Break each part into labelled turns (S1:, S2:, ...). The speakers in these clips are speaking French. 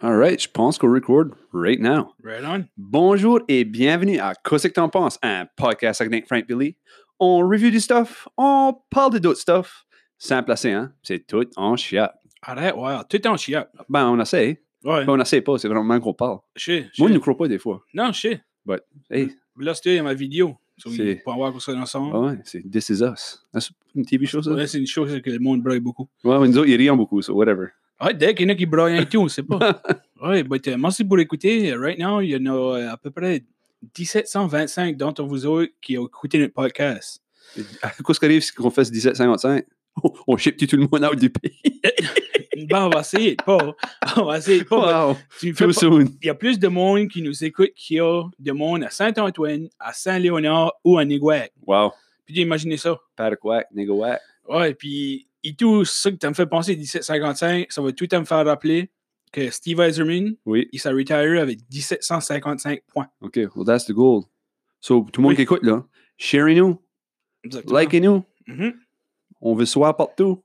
S1: All right, je pense qu'on record right now.
S2: Right on.
S1: Bonjour et bienvenue à Qu'est-ce que t'en penses, un podcast avec Nick Frank Billy. On review du stuff, on parle de d'autres stuff. Simple assez, hein? C'est tout en chiat.
S2: Arrête, ouais. Tout en chiap.
S1: Ben, on essaie.
S2: Ouais.
S1: Ben, on essaie pas, c'est vraiment qu'on parle.
S2: Je sais. je
S1: Moi, je ne
S2: sais.
S1: crois pas des fois.
S2: Non, je sais.
S1: Hey,
S2: Là, c'était ma vidéo. So,
S1: C'est-
S2: pour avoir qu'on soit ensemble.
S1: ah ouais, c'est This Is Us. C'est une TV show, ça? Ouais,
S2: Ouais, c'est une chose que le monde braille beaucoup.
S1: ouais nous autres, ils rient beaucoup, so whatever.
S2: Ouais, dès qu'il y en a qui braillent et tout, on sait pas. ouais, but, euh, merci pour écouter. Right now, il y en a euh, à peu près 1725 d'entre vous autres qui ont écouté notre podcast.
S1: Qu'est-ce qui arrive si on fasse 1755? On- On ship tout le monde out du pays.
S2: Ben, on va essayer de pas. On va essayer de pas.
S1: Wow,
S2: Tu fais
S1: too
S2: pas-
S1: soon.
S2: Il y a plus de monde qui nous écoute qu'il y a de monde à Saint-Antoine, à Saint-Léonard ou à Niguac.
S1: Wow,
S2: Puis imaginez ça.
S1: Paraquac, nigga whack.
S2: Ouais, puis et tout ça que tu me fait penser 1755, ça va tout me faire rappeler que Steve Eiserman,
S1: Oui.
S2: il s'est retiré avec 1755 points.
S1: OK, well, that's the goal. So, tout le monde
S2: Oui.
S1: qui écoute, là, sharez-nous,
S2: Exactement.
S1: likez-nous.
S2: Mhm.
S1: On veut soir partout.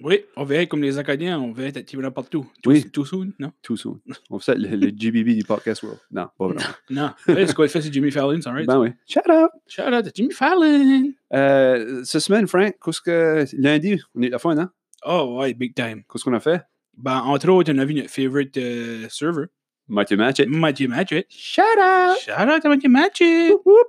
S2: Oui, on va être comme les Acadiens, on va être actifs partout. Tout,
S1: Oui.
S2: Tout soon, non?
S1: Tout soon. On fait ça, le, le GBB du Podcast World. Non, pas vraiment.
S2: Non. Là, ce qu'on fait, c'est Jimmy Fallon, c'est right?
S1: ben oui. Shout out!
S2: Shout out à Jimmy Fallon!
S1: Euh, cette semaine, Frank, qu'est-ce que... Lundi, on est à la fin, non?
S2: Oh, ouais, big time.
S1: Qu'est-ce qu'on a fait?
S2: Ben, entre autres, on a vu notre favorite euh, server,
S1: Mathieu Match.
S2: Mathieu Matchett.
S1: Shout out!
S2: Shout out à Mathieu Matchett!
S1: Whoop, whoop.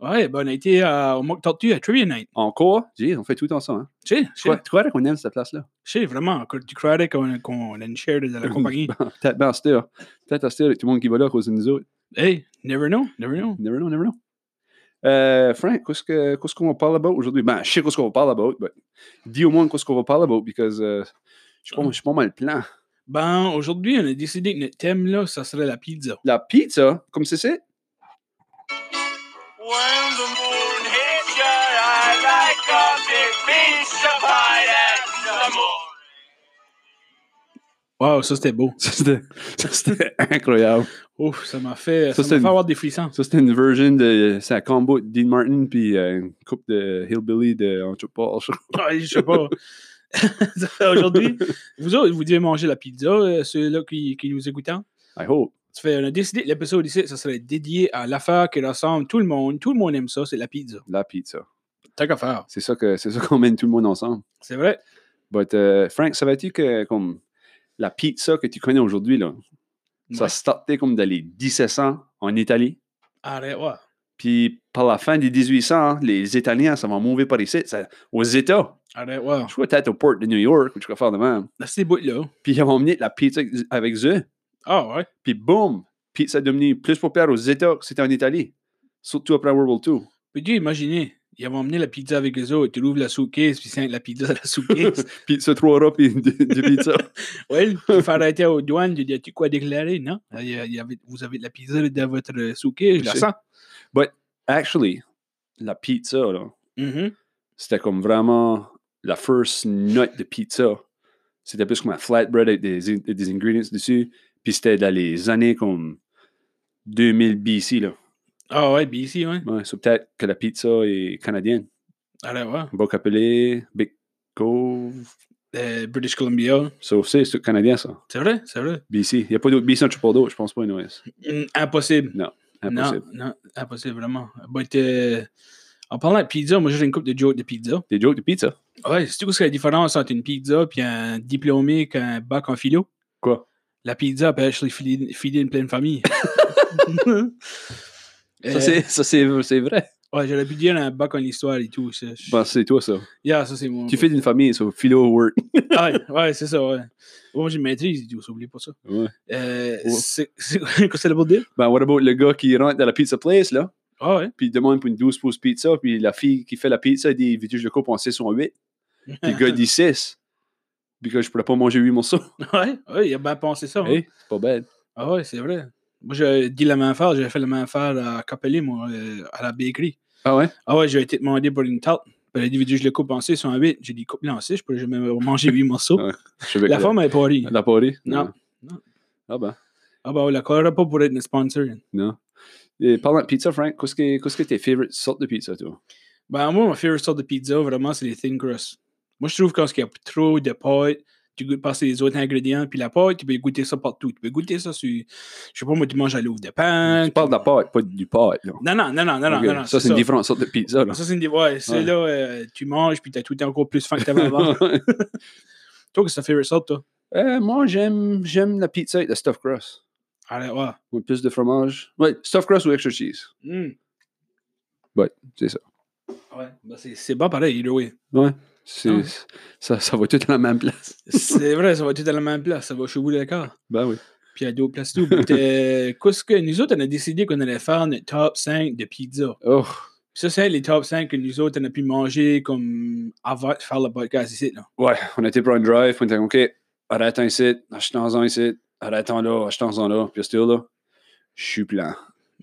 S2: Ouais, ben, on a été euh, au Mock Tortue à Trivia Night.
S1: Encore? Jeez, on fait tout ensemble. Hein?
S2: Tu sais,
S1: Tu crois- tu crois qu'on aime cette place-là?
S2: Je sais vraiment, que tu croirais qu'on qu'on a une share de la compagnie.
S1: Peut-être bien austère. Peut-être austère avec tout le monde qui va là à cause de nous autres.
S2: hey, never know, never know.
S1: Never know, never know. Euh, Frank, qu'est-ce que- qu'est-ce qu'on parle about aujourd'hui? Ben, je sais qu'est-ce qu'on parle about, mais dis au moins qu'est-ce qu'on va parler about, because euh, je suis pas- je suis pas mal plan.
S2: Ben, aujourd'hui, on a décidé que notre thème, là, ça serait la pizza.
S1: La pizza, comme c'est c'est?
S3: When the moon hits your eye like a big pizza pie, that's the moon.
S2: Wow, ça, c'était beau.
S1: Ça, c'était ça, c'était incroyable.
S2: Ouf, ça m'a fait,
S1: Ça,
S2: ça
S1: c'est
S2: m'a
S1: une-
S2: fait avoir des frissons.
S1: Ça, c'était une version de sa combo de Dean Martin, puis euh, une coupe de Hillbilly de Ancho Paul. je crois.
S2: Ouais, je sais pas. Ça fait aujourd'hui, vous autres, vous devez manger la pizza, euh, ceux-là qui, qui nous écoutent.
S1: I hope.
S2: Ça fait, on a décidé que l'épisode ici, ça serait dédié à l'affaire qui rassemble tout le monde. Tout le monde aime ça, c'est la pizza.
S1: La pizza.
S2: Tant qu'à faire.
S1: C'est ça que- c'est ça qu'on mène tout le monde ensemble.
S2: C'est vrai?
S1: But, euh, Frank, savais-tu que comme, la pizza que tu connais aujourd'hui, là, Ça
S2: Ouais.
S1: startait comme dans les 1700 en Italie.
S2: Arrête, ouais.
S1: Puis par la fin des 1800, hein, les Italiens, ça va mouver par ici, ça- aux États.
S2: Arrête, ouais.
S1: Je crois peut-être au port de New York, ou je crois faire de même.
S2: Ces bouts-là.
S1: Puis ils ont emmené la pizza avec eux.
S2: Ah, ouais.
S1: Puis boum, pizza est devenue plus populaire aux États que c'était en Italie. Surtout après World War II.
S2: Peux-tu imaginer? Ils avaient emmené la pizza avec eux autres. Tu l'ouvres la suitcase, puis c'est la pizza dans la suitcase.
S1: Pizza 3 euros, puis de, de pizza.
S2: oui, il faut arrêter aux douanes de dire tu quoi déclarer, non? Il y a- il y avait- vous avez de la pizza dans votre euh, suitcase, je la
S1: Je sais.
S2: sens.
S1: Actually, la pizza, là,
S2: Mhm.
S1: c'était comme vraiment la first note de pizza. C'était plus comme un flatbread avec des, in- des ingredients dessus. Puis c'était dans les années comme 2000 BC. Là.
S2: Ah ouais, puis ici, ouais.
S1: Ouais, c'est peut-être que la pizza est canadienne.
S2: Allez, ouais.
S1: On va qu'appeler Big Cove.
S2: Euh, British Columbia.
S1: Ça aussi, c'est canadien, ça.
S2: C'est vrai, c'est vrai.
S1: BC. Il n'y a pas d'autre BC en triple d'autre, je pense pas, anyways.
S2: Hum, impossible.
S1: Impossible.
S2: Non, non, impossible, vraiment. But, euh, en parlant de pizza, moi j'ai une coupe de jokes de pizza.
S1: Des jokes de pizza.
S2: Ouais, c'est tout ce que la différence entre une pizza puis un diplômé qu'un bac en philo.
S1: Quoi?
S2: La pizza peut actually filer, filer une pleine famille. Euh,
S1: Ça, c'est- ça, c'est c'est vrai.
S2: Ouais, j'aurais pu dire un bac en histoire et tout. Ça, je-
S1: Bon, c'est toi, ça.
S2: Yeah, ça c'est moi.
S1: Bah, Tu fais d'une famille, ça. Philo work.
S2: Ouais, ouais, c'est ça, ouais. Moi, j'ai une maîtrise et tout, oubliez pas ça.
S1: Ouais.
S2: Euh,
S1: Ouais.
S2: c'est- c'est- Qu'est-ce que c'est le beau dire?
S1: Ben, what about le gars qui rentre dans la pizza place, là?
S2: Ah ouais.
S1: puis il demande pour une 12 pouces pizza, puis la fille qui fait la pizza elle dit Veux-tu que je le coupe en 6 ou en 8 Puis le gars dit 6 puis que je pourrais pas manger 8 morceaux.
S2: ouais, ouais, il a bien pensé ça. hein.
S1: Hey, c'est pas bête.
S2: Ah ouais, c'est vrai. Moi, j'ai dit la même affaire, j'avais fait la même affaire à Capelli, moi, euh, à la bakery.
S1: Ah ouais
S2: Ah ouais, j'ai été demandé pour une tarte. Puis elle a dit, Veux-tu que je le coupe en 6 ou en 8. J'ai dit, coupe-le en 6, je pourrais jamais manger 8 morceaux.
S1: Ouais, Je vais
S2: La forme, elle est pas ri.
S1: La porée
S2: Non, non.
S1: Ah ben,
S2: Ah bah, on la collera pas pour être une sponsor.
S1: non. Et parlant de pizza, Frank, qu'est-ce que, qu'est-ce que tes favorite sortes de pizza, toi
S2: Ben, moi, ma favorite sorte de pizza, vraiment, c'est les thin crust. Moi, je trouve quand il y a trop de pâte, tu goûtes passer les autres ingrédients, puis la pâte, tu peux goûter ça partout. Tu peux goûter ça sur, je sais pas, moi, tu manges à l'ouvre de pain.
S1: Tu parles de la pâte, pas du pâte. Là.
S2: Euh, Non, non, non, non, non,
S1: Ok,
S2: non, non.
S1: ça, c'est une différente sorte de pizza. Là.
S2: Ça, c'est une différence. Ouais, c'est
S1: Ouais.
S2: là, euh, tu manges, puis t'as tout le temps encore plus faim que t'avais avant. toi, qu'est-ce que ça fait ressorte, toi?
S1: Euh, moi, j'aime j'aime la pizza avec la stuffed crust.
S2: Allez, Ah, ouais.
S1: Ou plus de fromage. Ouais, stuffed crust ou extra cheese.
S2: Mm.
S1: C'est ça.
S2: Ouais, bah, c'est- c'est pas pareil, either way.
S1: C'est-
S2: Ah ouais.
S1: ça. Ça va tout à la même place.
S2: C'est vrai, ça va tout à la même place, ça va chez vous d'accord.
S1: Ben oui.
S2: Puis à deux places tout. Mais t'es- Qu'est-ce que nous autres, on a décidé qu'on allait faire notre top 5 de pizza.
S1: Oh,
S2: Puis ça, c'est les top 5 que nous autres, on a pu manger comme avant de faire le podcast ici. Là.
S1: ouais, on était pour un drive. On était OK, arrête-en ici, achetons-en ici, arrêtons là, achetons-en là. Puis still là, je suis plein.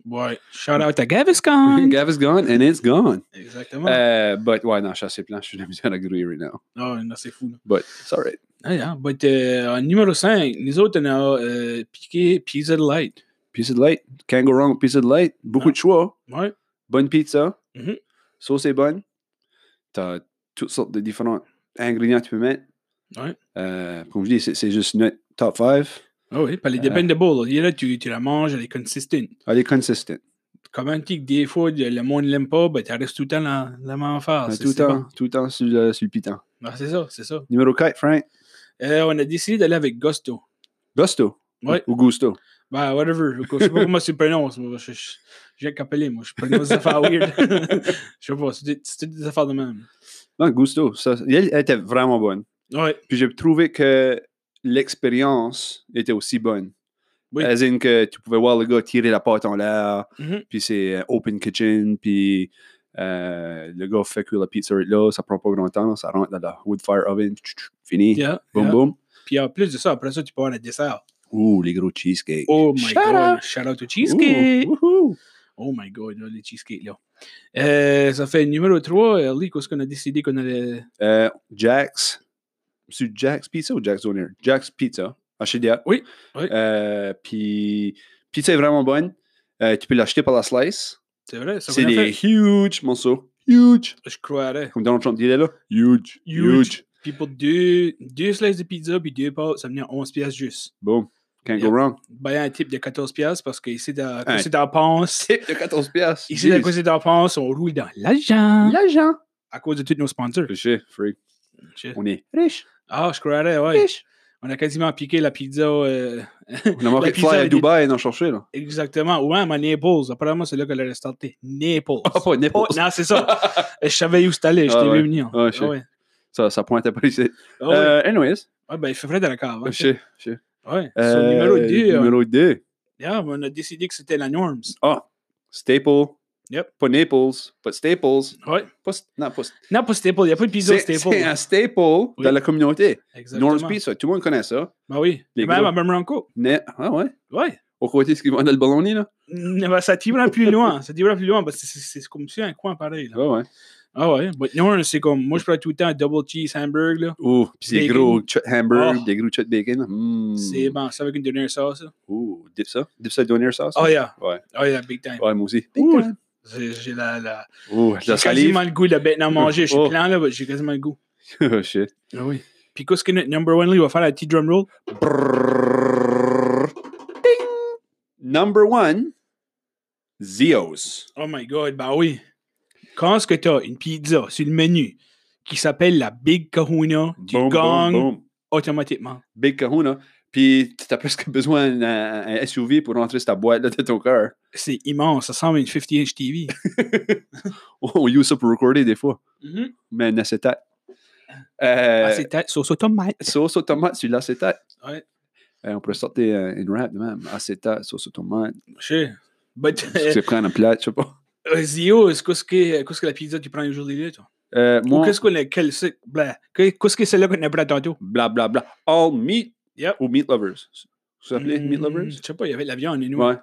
S2: Ouais. Shout out à Gaviscon.
S1: Gav is gone and it's gone.
S2: Exactement.
S1: Euh, but ouais, non, je suis assez plein. Je suis de la misère à griller right now.
S2: Oh, non, c'est fou. Là.
S1: But it's alright.
S2: Ah, yeah. But, euh, en numéro 5, nous autres, on a euh, piqué Pizza Light.
S1: Piece of light. Can't go wrong with piece of light. Beaucoup
S2: Non.
S1: de choix.
S2: Ouais.
S1: bonne pizza,
S2: Mhm.
S1: sauce est bonne, t'as toutes sortes de différents ingrédients que tu peux mettre.
S2: Ouais.
S1: Euh, comme je dis, c'est, c'est juste notre top 5.
S2: Ah oui, pas les
S1: Euh.
S2: dépend de bowl. Il y a Là, tu, tu la manges, elle est consistante.
S1: Elle est consistent.
S2: Comment tu dis que des fois, le monde ne l'aime pas, ben, tu restes tout le temps la, la main en face.
S1: Euh, Ben, tout, le temps, tout le temps sur le, sur le piton.
S2: Ah, c'est ça, c'est ça.
S1: Numéro 4, Frank.
S2: Euh, on a décidé d'aller avec Gusto.
S1: Gusto.
S2: Ouais.
S1: Ou Gusto.
S2: Ben, whatever. Je sais pas comment tu le prononces. Moi. Je, je, je viens de capeler, moi. Je prononce des affaires weird. je sais pas. C'est des- c'est des affaires de même.
S1: Non, Gusto. Ça, elle était vraiment bonne.
S2: Ouais.
S1: Puis j'ai trouvé que l'expérience était aussi bonne.
S2: Oui.
S1: As in que tu pouvais voir le gars tirer la pâte en l'air,
S2: Mhm.
S1: puis c'est euh, open kitchen, puis euh, le gars fait cuire la pizza right là, ça prend pas grand temps, ça rentre dans la wood fire oven, tch, tch, fini,
S2: Yeah,
S1: boum
S2: yeah.
S1: boum.
S2: Puis en plus de ça, après ça, tu peux avoir le dessert.
S1: Ouh, les gros cheesecakes.
S2: Oh my
S1: Shout
S2: god.
S1: out.
S2: Shout out to
S1: Ouh,
S2: Cheesecake.
S1: wouhou.
S2: Oh my god, là, les cheesecakes, là. Euh, ça fait numéro 3. Euh, Lee, qu'est-ce qu'on a décidé qu'on allait.
S1: Euh, Jack's, c'est Jack's Pizza ou Jack's Donner? Jack's Pizza, à Shediac.
S2: Oui, oui.
S1: Euh, puis, pizza est vraiment bonne. Euh, tu peux l'acheter par la slice.
S2: C'est vrai, ça
S1: C'est
S2: qu'on a
S1: des
S2: fait.
S1: huge morceaux. Huge.
S2: Je croirais.
S1: Comme Donald Trump disait là. Huge.
S2: Huge.
S1: Huge.
S2: Puis pour deux, deux slices de pizza puis deux pâtes, ça venait à 11 piastres juste.
S1: Boom. Can't
S2: Yep.
S1: go wrong.
S2: Ben, un type de 14 piastres parce que ici, dans,
S1: Hein.
S2: c'est dans Ponce.
S1: Tip de 14 piastres.
S2: Ici, à cause des dépenses, on roule dans l'argent.
S1: L'agent.
S2: À cause de tous nos sponsors.
S1: Cliché, freak.
S2: Shit.
S1: On est riche.
S2: Ah, je croirais, ouais.
S1: Riche.
S2: On a quasiment piqué la pizza. euh,
S1: On a marqué de
S2: pizza
S1: fly
S2: est Oh,
S1: à
S2: dé-
S1: Dubaï et d'en chercher, là.
S2: exactement. Ou même à Naples. Apparemment, c'est là qu'elle a starté. Naples.
S1: Ah, pas Naples.
S2: Oh, non, c'est ça. je savais où c'était allé. Je
S1: Ah,
S2: t'ai vu
S1: ouais.
S2: venir.
S1: Ah, shit.
S2: Ah ouais.
S1: Ça, ça pointait pas ici.
S2: Ah, ouais.
S1: Euh, anyways.
S2: Ouais, ben, il fait vrai dans la cave. hein.
S1: Cliché, cliché.
S2: Ouais. Sur
S1: Euh,
S2: numéro hein. 2,
S1: Numéro 2.
S2: on a décidé que c'était la Norms.
S1: Ah, Staple.
S2: Yep.
S1: Pas Naples, but Staples.
S2: Ouais.
S1: Pas, st- non, pas st-
S2: Non, pas Staple. Il n'y a pas de pizza au
S1: c'est, c'est
S2: Staple.
S1: un staple
S2: Oui.
S1: dans la communauté.
S2: Exactement.
S1: North Pizza, tout le monde connaît ça.
S2: Ben oui.
S1: Les
S2: Même
S1: gros.
S2: à Bamranco.
S1: Ne- ah ouais.
S2: Ouais.
S1: Au côté, ce qu'ils vendent dans le ballonnier, là.
S2: Mm, ben, ça tire plus loin. Ça tire plus loin. parce que c'est- c'est c'est comme si un coin pareil. là.
S1: Ouais, ouais.
S2: Ah ouais, mais non, c'est comme, moi je prends tout le temps un double cheese hamburger, là.
S1: Oh, puis des
S2: Bacon.
S1: gros chut hamburg,
S2: Oh.
S1: des gros chut bacon. là. Mm.
S2: C'est bon, c'est avec une dernière sauce. là.
S1: Ouh, dip ça. Dip ça donner sauce.
S2: Oh yeah,
S1: Ouais.
S2: oh yeah, big time.
S1: Ouais, moi aussi.
S2: Ouh. J'ai j'ai la, la,
S1: Ouh, de
S2: j'ai
S1: la salive.
S2: quasiment le goût de la bête à manger. Je suis
S1: Oh.
S2: plein là, mais j'ai quasiment le goût.
S1: oh, shit.
S2: Ah oui. Puis qu'est-ce que notre number one, là, il va faire la petite drum roll?
S1: Brrrr. Ding. Number one, Zios.
S2: Oh my god, ben oui. Quand est-ce que t'as une pizza sur le menu qui s'appelle la Big Kahuna, tu
S1: Boom, boom,
S2: gagnes
S1: boom.
S2: automatiquement.
S1: Big Kahuna. Puis tu as presque besoin d'un un SUV pour rentrer cette boîte là de ton cœur.
S2: C'est immense, ça ressemble à une 50-inch TV.
S1: On use ça pour recorder des fois,
S2: Mhm.
S1: mais un acétate. Euh,
S2: Ah, c'est ta- sauce aux tomates.
S1: Sauce aux tomates sur l'acétate.
S2: Ouais.
S1: Euh, on pourrait sortir euh, une rap de même. Acétate, sauce aux tomates.
S2: Je sais. But,
S1: Est-ce que c'est prendre un plat, je sais pas.
S2: Euh, Zio, est-ce que, est-ce que, qu'est-ce que la pizza tu prends aujourd'hui là, toi?
S1: Euh,
S2: Ou
S1: moi,
S2: qu'est-ce qu'on a, quel, c'est, blah, que- qu'est-ce que c'est là qu'on a pris tantôt?
S1: bla bla bla. All meat
S2: Yep.
S1: ou meat lovers. Vous vous appelez meat
S2: Hmm,
S1: lovers?
S2: Je sais pas, il y avait de la viande et nous.
S1: Ouais.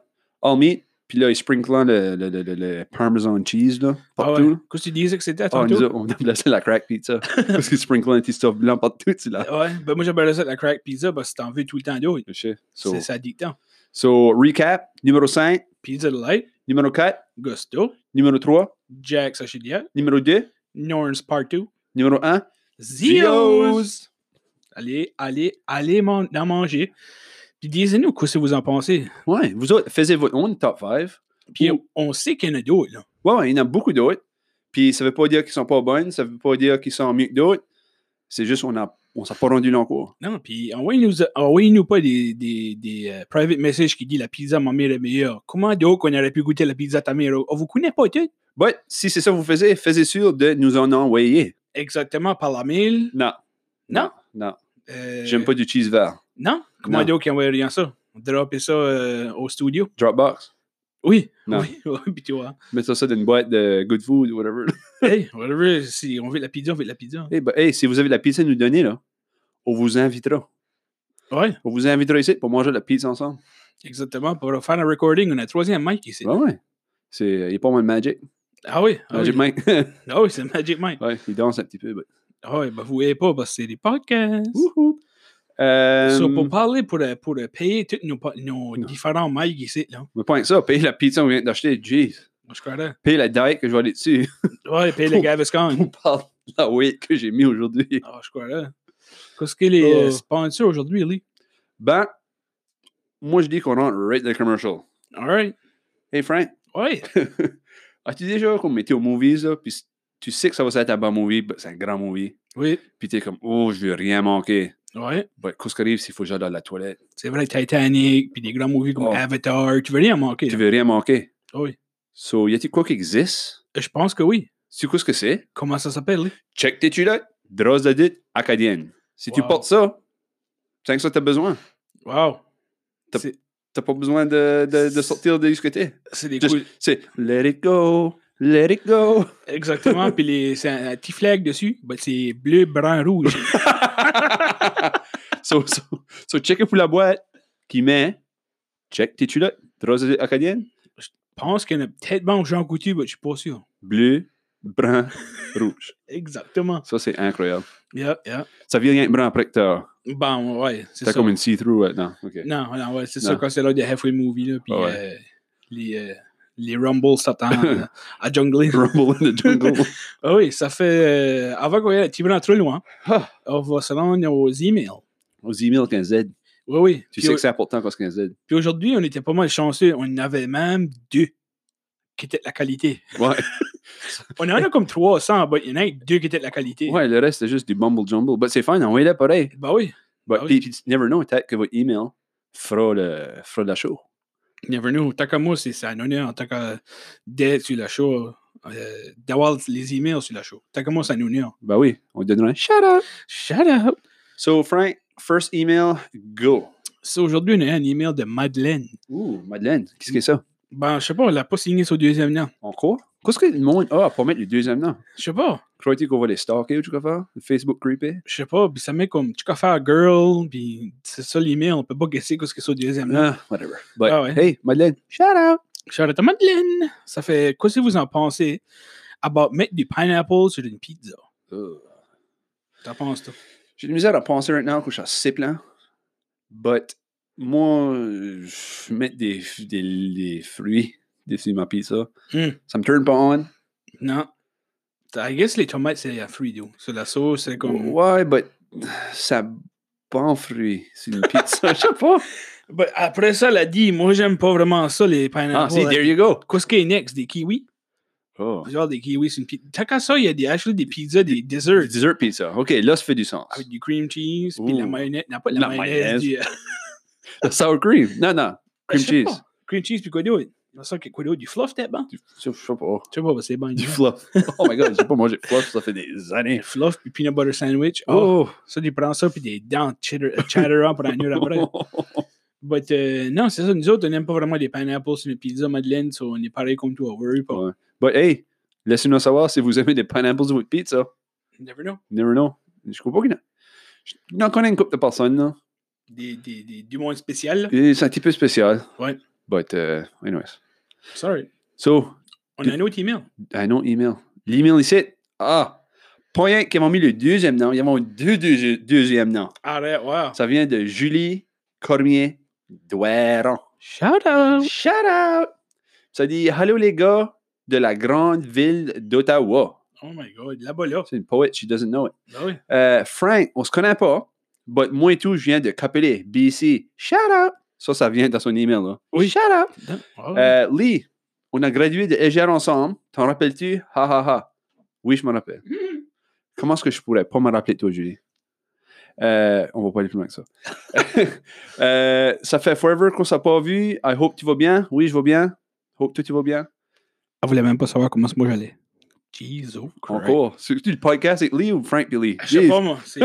S1: All meat. Puis là, ils sprinklent le, le, le, le- le parmesan cheese là,
S2: Ah ouais.
S1: partout. là.
S2: Qu'est-ce que tu disais que c'était
S1: Ah, on,
S2: tantôt?
S1: nous a- on appelait ça la crack pizza. parce qu'ils sprinklent un petit stuff blanc partout, tu l'as.
S2: ouais, ben moi j'appelle ça de la crack pizza parce que t'en veux tout le temps d'autres.
S1: Je sais. So,
S2: Oh, C'est ça dit tant.
S1: so, recap, numéro 5,
S2: Pizza Light,
S1: numéro 4,
S2: Gusto,
S1: numéro 3,
S2: Jack Sachidia,
S1: numéro 2,
S2: Norns Part 2,
S1: numéro 1.
S2: Zio's! Allez, allez, allez man- en manger. Puis disez-nous quoi si vous en pensez.
S1: Ouais, vous autres, faisiez votre own top 5.
S2: Puis on sait qu'il y en a d'autres. là.
S1: Ouais, ouais, il y en a beaucoup d'autres. Puis ça veut pas dire qu'ils sont pas bonnes, ça veut pas dire qu'ils sont mieux que d'autres. C'est juste qu'on a, on s'est pas rendu long cours.
S2: Non, puis envoyez-nous envoyez-nous pas des, des, des euh, private messages qui disent la pizza ma mère est meilleure. Comment d'autres qu'on aurait pu goûter la pizza de ta mère? On vous connaît pas tout.
S1: But si c'est ça que vous faisiez, faisiez sûr de nous en envoyer.
S2: Exactement par la mille.
S1: Non.
S2: Non?
S1: Non.
S2: euh,
S1: J'aime pas du cheese vert.
S2: Non? Comment
S1: Non.
S2: d'autres qui envoient rien ça? Dropper ça euh, au studio?
S1: Dropbox.
S2: Oui.
S1: Non.
S2: Oui, oui, puis tu vois.
S1: Mettez ça dans une boîte de good food ou whatever.
S2: hey, whatever, si on veut de la pizza, on veut de la pizza.
S1: hey, ben, hey, si vous avez de la pizza à nous donner, là, on vous invitera.
S2: Ouais.
S1: On vous invitera ici pour manger de la pizza ensemble.
S2: Exactement, pour faire un recording, on a un troisième mic ici.
S1: Ouais, ouais. C'est, il est pas mal Magic.
S2: Ah oui, ah
S1: Magic
S2: oui.
S1: Mike.
S2: Ah oui, c'est Magic Mike.
S1: ouais, il danse un petit peu. but-
S2: Ah oui, ben vous voyez pas parce que c'est des podcasts.
S1: Wouhou. Euh,
S2: So, pour parler, pour, euh, pour euh, payer tous nos, po- nos
S1: Non.
S2: différents mics ici, là.
S1: Mais pas que ça, payer la pizza qu'on vient d'acheter, jeez.
S2: Je crois
S1: Payer la diet que je vais aller dessus.
S2: Ouais, payer les
S1: Pour-
S2: Gaviscon.
S1: On parle de la weight que j'ai mis aujourd'hui.
S2: Ah, je crois là. Qu'est-ce que les euh,
S1: Oh.
S2: sponsors aujourd'hui, Lee?
S1: Ben, moi, je dis qu'on rentre right dans le commercial.
S2: Alright.
S1: Hey, Frank.
S2: Ouais.
S1: As-tu Ah, déjà comme été aux movies, là, puis tu sais que ça va être un bon movie, ben, c'est un grand movie,
S2: Oui.
S1: puis t'es comme, oh, je veux rien manquer.
S2: Ouais.
S1: Ben, qu'est-ce qui arrive s'il faut que j'aille à la toilette?
S2: C'est vrai, Titanic, puis des grands movies comme
S1: Oh.
S2: Avatar. Tu veux rien manquer.
S1: Tu
S2: là.
S1: veux rien manquer.
S2: Oui.
S1: So, y a-t-il quoi qui existe?
S2: Je pense que oui.
S1: Tu sais ce que c'est?
S2: Comment ça s'appelle, Lee?
S1: Check tes culottes, drose de dite, acadienne. Si tu
S2: Wow.
S1: portes ça, c'est que ça t'as besoin.
S2: Wow.
S1: T'as-
S2: C'est-
S1: T'as pas besoin de, de, de sortir de ce côté.
S2: C'est des
S1: Just-
S2: couilles.
S1: C'est let it go, let it go.
S2: Exactement. Puis les- c'est un petit flag dessus. Ben, c'est bleu, brun, rouge.
S1: so, so, so, check pour la boîte qui met check tes culottes, drose de dite, acadienne.
S2: Je pense qu'il y en a peut-être bon Jean Coutu, mais je suis pas sûr.
S1: bleu, brun, rouge.
S2: Exactement.
S1: Ça, c'est incroyable.
S2: Yeah, yeah.
S1: Ça vient rien que brun après que t'as.
S2: Bon, ouais, c'est
S1: T'as
S2: ça.
S1: comme une see-through maintenant. OK.
S2: Non, non, ouais, c'est
S1: Non.
S2: ça quand c'est l'heure de Halfway Movie, là, puis
S1: Ouais.
S2: euh, les, euh, les Rumbles s'attendent à- à jongler.
S1: Rumble in the jungle.
S2: Ah oui, ça fait... euh, avant qu'on aille un petit peu trop loin,
S1: Ah.
S2: on va se rendre aux emails.
S1: Aux emails qu'un Z.
S2: Oui, oui.
S1: Tu
S2: Puis,
S1: sais
S2: au-
S1: que c'est important quand c'est qu'un Z.
S2: puis aujourd'hui, on était pas mal chanceux. On en avait même deux qui étaient de la qualité.
S1: Ouais.
S2: On en a comme 300, mais il y en a deux qui étaient de la qualité.
S1: ouais, le reste, c'est juste du bumble jumble. But c'est fine, envoyez-le pareil.
S2: Bah oui,
S1: But
S2: Ah oui.
S1: puis- puis you never know, peut-être que votre email fera, le, fera la show.
S2: Never know. Tant que moi, c'est c'est un honneur en tant que d'être sur la show, euh, d'avoir les emails sur la show. Tant que moi, c'est un honneur.
S1: Ben oui, on donnera un shout out.
S2: Shut up!
S1: So, Frank, first email, go.
S2: So, aujourd'hui, on a eu un email de Madeleine.
S1: Ouh, Madeleine, qu'est-ce que c'est ça?
S2: Ben, je sais pas, elle n'a pas signé son deuxième nom.
S1: Encore? Qu'est-ce que le monde a pour mettre le deuxième nom?
S2: Je sais pas.
S1: Crois-tu qu'on va les stalker ou tu quoi faire? Facebook creepy?
S2: Je sais pas. Puis ça met comme, tu peux faire girl, puis c'est ça l'email. On peut pas guesser qu'est-ce que c'est son deuxième nom.
S1: Ah, whatever. But,
S2: Ah ouais.
S1: hey, Madeleine, shout out!
S2: Shout out à Madeleine! Ça fait, qu'est-ce que vous en pensez about mettre du pineapple sur une pizza? T'en penses, toi?
S1: J'ai de la misère à penser maintenant que je suis assez plein. But, moi, je mets des, des, des fruits dessus ma pizza.
S2: Hmm.
S1: Ça me turn pas on.
S2: Non. I guess les tomates, c'est un fruit, dude. C'est la sauce, c'est comme.
S1: Ouais, but ça bon fruit sur une pizza. je sais pas.
S2: Ben, après ça, elle a dit, moi, j'aime pas vraiment ça, les pineapples.
S1: Ah, si, there you go.
S2: Qu'est-ce qu'il y a next? Des kiwis?
S1: Oh.
S2: Genre des kiwis, c'est une pizza. Tant qu'à ça, il y a des, actually, des pizzas, des desserts
S1: Dessert pizza. OK, là, ça fait du sens.
S2: avec du cream cheese, puis de la
S1: Ouh.
S2: mayonnaise. Non, pas de la,
S1: La mayonnaise.
S2: mayonnaise. du-
S1: La sour cream. Non, non.
S2: Je
S1: Cream
S2: sais
S1: cheese.
S2: pas. Cream cheese, puis quoi d'autre? Il me semble que quoi d'autre? Du fluff, peut-être, bon?
S1: Du- Je sais pas.
S2: Je sais pas, ben, c'est bon.
S1: Du fluff. Oh my god, j'ai pas mangé de fluff, ça fait des années.
S2: Du fluff, puis peanut butter sandwich. Oh,
S1: Oh!
S2: ça, tu prends ça, puis des dents cheddar, euh, cheddar pour la nuit après. But, euh, non, c'est ça. Nous autres, on n'aime pas vraiment les pineapples sur une pizza, Madeleine, so on est pareil comme toi. Worry pas.
S1: Ouais. But hey, laissez-nous savoir si vous aimez des pineapples sur votre pizza.
S2: Never know.
S1: Never know. Je crois pas qu'il y en a. Je n'en connais une couple de personnes, là.
S2: Des, des, des, du monde spécial. là.
S1: Et C'est un petit peu spécial.
S2: Ouais.
S1: But, euh, anyways.
S2: Sorry.
S1: So,
S2: On a un autre email.
S1: un autre email. L'email ici. Ah! Pas rien qu'ils m'ont mis le deuxième nom. Ils m'ont deux, deux deuxième nom.
S2: Arrête, wow.
S1: Ça vient de Julie Cormier Doueron.
S2: Shout out.
S1: Shout out! Ça dit Hello les gars de la grande ville d'Ottawa.
S2: Oh my god, là-bas, là.
S1: C'est une poète, she doesn't know it.
S2: Ah oui.
S1: Euh, Frank, on se connaît pas, But moi et tout, je viens de Capelé, BC. Shout out! Ça, ça vient dans son email. Là.
S2: Oui.
S1: Shout out!
S2: Ah ouais.
S1: Euh, Lee, on a gradué de Égère ensemble. T'en rappelles-tu? Ha ha ha. Oui, je me rappelle. Comment est-ce que je pourrais pas me rappeler de toi, Julie? Euh, on va pas aller plus loin que ça. Euh, ça fait forever qu'on s'est pas vu. I hope tu vas bien. Oui, je vais bien. Hope toi, tu vas bien.
S2: Elle voulait même pas savoir comment moi j'allais. Jesus Christ.
S1: Encore. C'est-tu le podcast avec Lee ou Frank et Lee?
S2: Je sais pas, moi. c'est-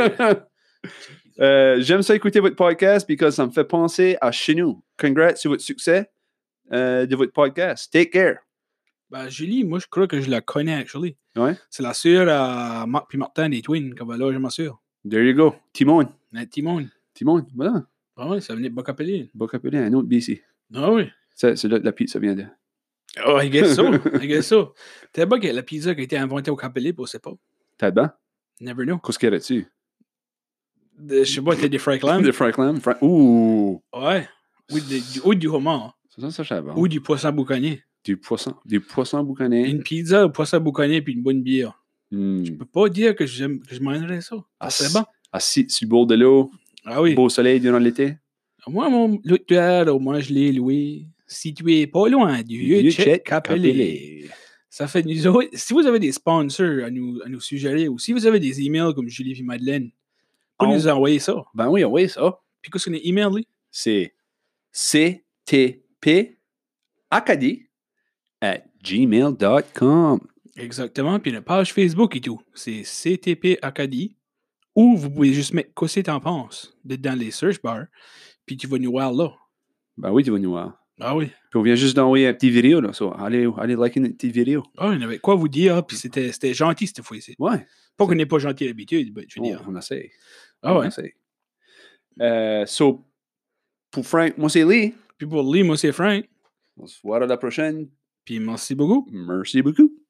S1: Euh, J'aime ça écouter votre podcast parce que ça me fait penser à chez nous. Congrats sur votre succès euh, de votre podcast. Take care.
S2: Ben, Julie, moi, je crois que je la connais, actually.
S1: Ouais.
S2: C'est la sœur à Marc puis Martin des Twins, comme là, je m'assure.
S1: There you go. Timon.
S2: Mais Timon.
S1: Timon, voilà.
S2: Ah oui, ça venait de Bocapelli.
S1: Bac appelé un autre BC.
S2: Ah oui.
S1: Ça, C'est là que la pizza vient de. Ah
S2: Oh, I guess so. I guess so. T'es pas que la pizza qui a été inventée au Capelli, on sait pas.
S1: T'as dedans?
S2: Never know.
S1: Qu'est-ce qu'il y a dessus?
S2: De- je sais pas, t'es des Frank Lamb.
S1: De Frank Lamb. Frank- Ouh!
S2: Ouais. Ou, de- du- ou du homard.
S1: Ça sent ça, ça bon.
S2: Ou du poisson bouconnier.
S1: Du poisson. Du poisson boucané.
S2: Une pizza, au poisson bouconnier puis une bonne bière.
S1: Hmm.
S2: Je peux pas dire que j'aime- que je mangerais ça.
S1: Ah,
S2: Ça serait
S1: c'est-
S2: bon.
S1: Assis sur le bord de l'eau.
S2: Ah oui.
S1: Beau soleil durant l'été.
S2: Moi, mon l'auteur, au moins, je l'ai loué. Situé pas loin du vieux
S1: You
S2: Tchèque
S1: check
S2: Capelli. Ça fait nous autres. Si vous avez des sponsors à nous, à nous suggérer ou si vous avez des emails comme Julie et Madeleine, vous
S1: On-
S2: nous envoyer ça.
S1: Ben oui, oui, ça.
S2: Puis qu'est-ce qu'on est email, lui?
S1: c'est ctp acadie at gmail.com.
S2: Exactement. Puis une page Facebook et tout. C'est CTP Acadie. Ou vous pouvez juste mettre Qu'est-ce que t'en penses de- dans les search bars. Puis tu vas nous voir là.
S1: Ben oui, tu vas nous voir.
S2: Ah oui.
S1: Puis on vient juste d'envoyer un petit vidéo, là. so allez, allez liker notre petite vidéo.
S2: Ah, on avait quoi vous dire. Puis c'était c'était gentil cette fois-ci.
S1: Ouais,
S2: Pas qu'on n'est pas gentil d'habitude, mais je veux
S1: on,
S2: dire.
S1: on essaie.
S2: Ah
S1: on
S2: ouais.
S1: essaie. Euh, so, pour Frank, moi c'est Lee.
S2: Puis pour Lee, moi c'est Frank.
S1: On se voit à la prochaine.
S2: Puis merci beaucoup.
S1: Merci beaucoup.